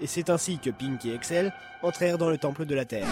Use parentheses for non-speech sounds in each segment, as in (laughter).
et c'est ainsi que Pink et Excel entrèrent dans le temple de la Terre.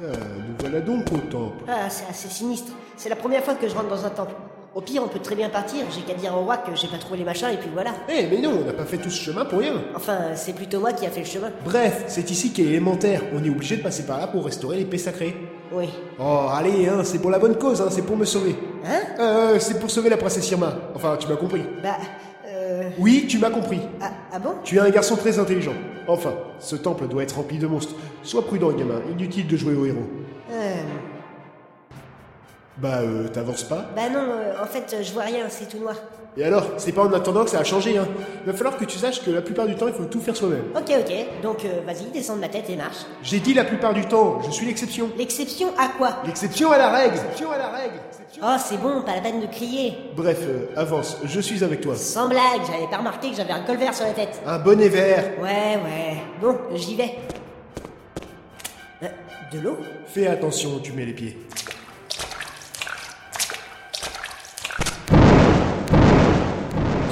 Ah, nous voilà donc au temple. Ah, c'est assez sinistre. C'est la première fois que je rentre dans un temple. Au pire, on peut très bien partir, j'ai qu'à dire au roi que j'ai pas trouvé les machins et puis voilà. Eh, mais non, on n'a pas fait tout ce chemin pour rien. Enfin, c'est plutôt moi qui a fait le chemin. Bref, c'est ici qu'est élémentaire. On est obligé de passer par là pour restaurer l'épée sacrée. Oui. Oh, allez, hein, c'est pour la bonne cause, hein, c'est pour me sauver. Hein Euh, c'est pour sauver la princesse Irma. Enfin, tu m'as compris. Bah, euh... Oui, tu m'as compris. Ah, ah bon Tu es un garçon très intelligent. Enfin, ce temple doit être rempli de monstres. Sois prudent, gamin. Inutile de jouer au héros. Euh... Bah, euh, t'avances pas Bah non, euh, en fait, euh, je vois rien, c'est tout noir. Et alors, c'est pas en attendant que ça a changé, hein. Il va falloir que tu saches que la plupart du temps, il faut tout faire soi-même. Ok, ok, donc euh, vas-y, descends de ma tête et marche. J'ai dit la plupart du temps, je suis l'exception. L'exception à quoi L'exception à la règle L'exception à la règle L'exception- Oh, c'est bon, pas la peine de crier. Bref, euh, avance, je suis avec toi. Sans blague, j'avais pas remarqué que j'avais un colvert sur la tête. Un bonnet vert Ouais, ouais. Bon, j'y vais. Euh, de l'eau Fais attention, tu mets les pieds.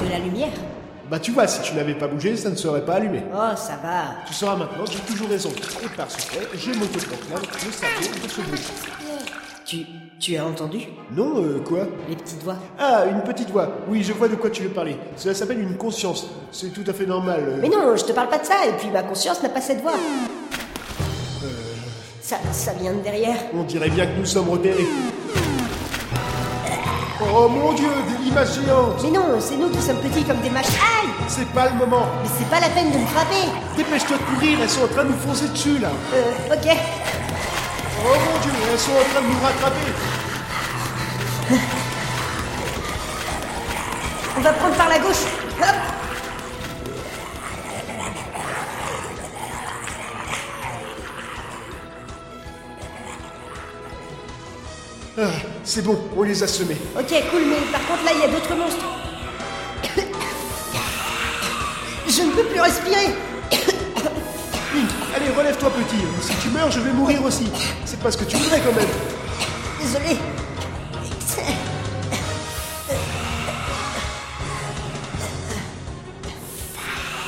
De la lumière Bah tu vois, si tu n'avais pas bougé, ça ne serait pas allumé. Oh, ça va. Tu sauras maintenant que j'ai toujours raison. Et par ce fait, je m'auto-proclame le cerveau de ce bruit. Tu, tu as entendu Non, euh, quoi les petites voix Ah, une petite voix. Oui, je vois de quoi tu veux parler. Cela s'appelle une conscience. C'est tout à fait normal. euh. Mais non, je te parle pas de ça, et puis ma conscience n'a pas cette voix. Euh, Ça, ça vient de derrière. On dirait bien que nous sommes repérés. Oh mon dieu, des limaces géantes Mais non, c'est nous qui sommes petits comme des machins. Aïe C'est pas le moment Mais c'est pas la peine de me frapper Dépêche-toi de courir, elles sont en train de nous foncer dessus là Euh, ok. Oh mon dieu, elles sont en train de nous rattraper On va prendre par la gauche. Hop Ah, C'est bon, on les a semés. Ok, cool, mais par contre là, il y a d'autres monstres. (coughs) Je ne peux plus respirer. Allez, relève-toi petit, si tu meurs, je vais mourir aussi. C'est pas ce que tu voudrais quand même. Désolé.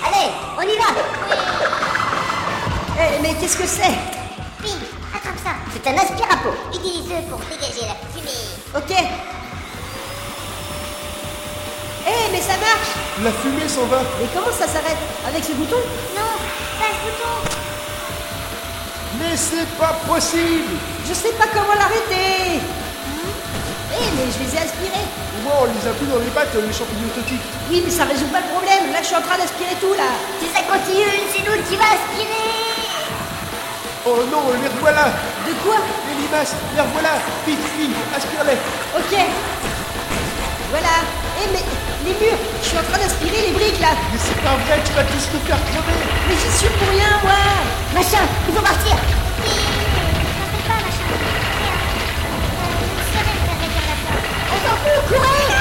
Allez, on y va Eh, mais qu'est-ce que c'est Ping, attrape ça C'est un aspirapo Utilise-le pour dégager la fumée Ok. Eh, mais ça marche La fumée s'en va. Mais comment ça s'arrête Avec ce bouton Non, pas le bouton Mais c'est pas possible Je sais pas comment l'arrêter. Hmm Eh, mais je les ai aspirés. Au moins, on les a plus dans les pattes, les champignons totiques. Oui, mais ça résout pas le problème. Là, je suis en train d'aspirer tout, là. Si ça continue, c'est nous qui va aspirer Oh non, les revoilà De quoi Les limaces, les revoilà Vite, vite, aspire-les Ok. Voilà. Eh, mais les murs. Je suis en train d'aspirer les briques, là. Mais c'est pas vrai, tu vas tous nous faire crever Mais j'y suis pour rien, moi. Machin, il faut partir Ping, ne pas, machin Merde. On s'en fout, courez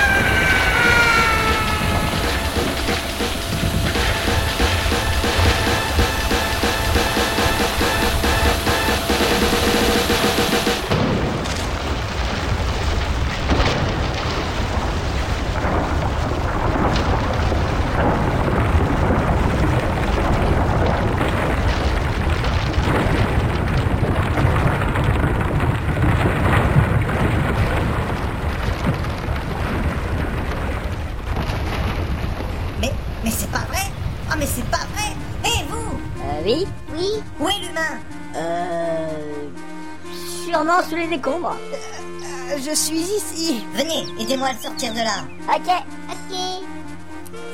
Mais, mais c'est pas vrai Ah mais c'est pas vrai Hé vous Euh, oui Oui Où est l'humain Euh... Sûrement sous les décombres Euh, Je suis ici. Venez, aidez-moi à le sortir de là Ok Ok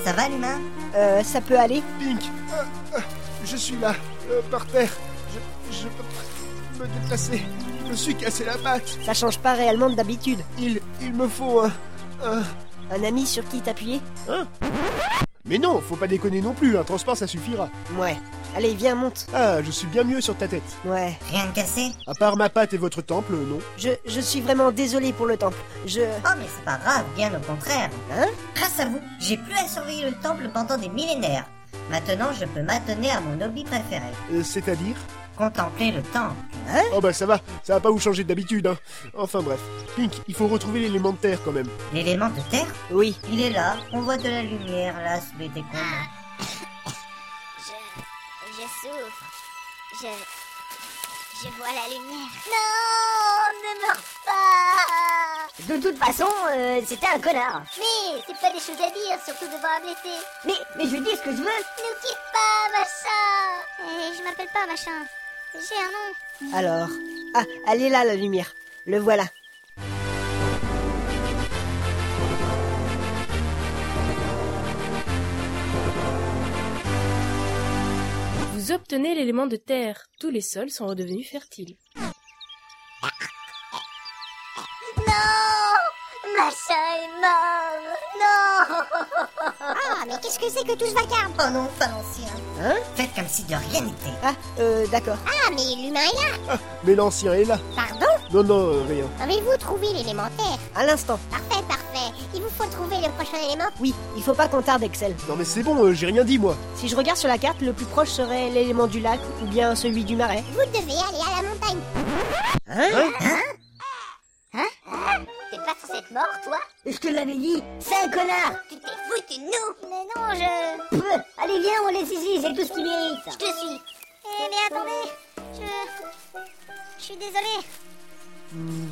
Ça va l'humain Euh, ça peut aller Pink, euh, euh, je suis là, euh, par terre. Je, je peux pas me déplacer. Je me suis cassé la patte. Ça change pas réellement de d'habitude. Il, il me faut un, un. Un ami sur qui t'appuyer Mais non, faut pas déconner non plus. Un transport, ça suffira. Ouais. Allez, viens, monte. Ah, je suis bien mieux sur ta tête. Ouais. Rien de cassé À part ma patte et votre temple, non. Je, je suis vraiment désolé pour le temple. Je... Oh mais c'est pas grave, bien au contraire Hein Grâce à vous, j'ai plus à surveiller le temple pendant des millénaires Maintenant, je peux m'adonner à mon hobby préféré Euh, C'est-à-dire Contempler le temple Oh bah ça va, ça va pas vous changer d'habitude, hein. Enfin bref. Pink, il faut retrouver l'élément de terre quand même. L'élément de terre Oui. Il est là, on voit de la lumière là sous les décombres s'ouvre. Je. Je vois la lumière. Non, ne meurs pas De toute façon, euh, c'était un connard. Mais c'est pas des choses à dire, surtout devant un blessé. Mais, mais je dis ce que je veux. Nous quitte pas, machin Et je m'appelle pas machin. J'ai un nom. Alors. Ah, elle est là, la lumière. Le voilà. Vous obtenez l'élément de terre. Tous les sols sont redevenus fertiles. Non Machin est mort Non Ah, mais qu'est-ce que c'est que tout ce vacarme Oh non, Valencien. Hein Faites comme si de rien n'était. Ah, euh, d'accord. Ah, mais l'humain est là Ah, mais l'ancien est là. Pardon Non, non, euh, rien. Avez-vous trouvé l'élémentaire À l'instant. Parfait, parfait. Il vous faut trouver le prochain élément. Oui, il faut pas qu'on tarde, Excel. Non, mais c'est bon, euh, j'ai rien dit, moi. Si je regarde sur la carte, le plus proche serait l'élément du lac ou bien celui du marais. Vous devez aller à la montagne. Hein Hein T'es pas censé être mort, toi Je te l'avais dit, c'est un connard. Tu t'es foutu de nous Mais non, je... Pff, allez, viens, on laisse ici, c'est tout ce qu'il mérite. Je te suis. Eh, mais attendez Je... Je suis désolée.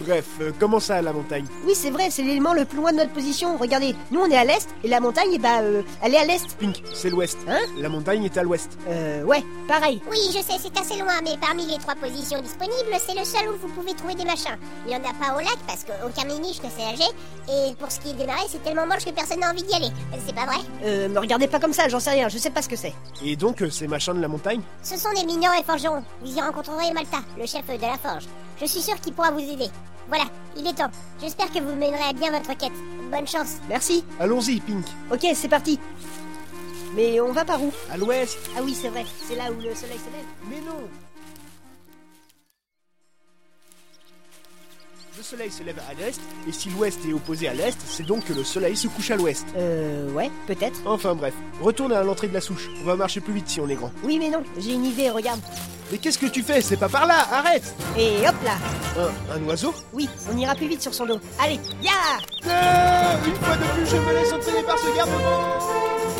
Bref, euh, comment ça, la montagne Oui, c'est vrai, c'est l'élément le plus loin de notre position. Regardez, nous on est à l'est et la montagne, eh bah, euh, elle est à l'est. Pink, c'est l'ouest. Hein La montagne est à l'ouest. Euh, ouais, pareil. Oui, je sais, c'est assez loin, mais parmi les trois positions disponibles, c'est le seul où vous pouvez trouver des machins. Il n'y en a pas au lac parce qu'aucun miniche ne sait nager, et pour ce qui est des marais, c'est tellement moche que personne n'a envie d'y aller. C'est pas vrai Euh, me regardez pas comme ça, j'en sais rien, je sais pas ce que c'est. Et donc, euh, ces machins de la montagne Ce sont des mineurs et forgerons. Vous y rencontrerez Malta, le chef de la forge. Je suis sûr qu'il pourra vous aider. Voilà, il est temps. J'espère que vous mènerez à bien votre quête. Bonne chance. Merci. Allons-y, Pink. Ok, c'est parti. Mais on va par où À l'ouest. Ah oui, c'est vrai, c'est là où le soleil se lève. Mais non Le soleil se lève à l'est, et si l'ouest est opposé à l'est, c'est donc que le soleil se couche à l'ouest. Euh, ouais, peut-être. Enfin bref, retourne à l'entrée de la souche. On va marcher plus vite si on est grand. Oui, mais non, j'ai une idée, regarde. Mais qu'est-ce que tu fais C'est pas par là, arrête Et hop là Un, un oiseau Oui, on ira plus vite sur son dos. Allez, ya Ah Une fois de plus, je me laisse entraîner par ce garnement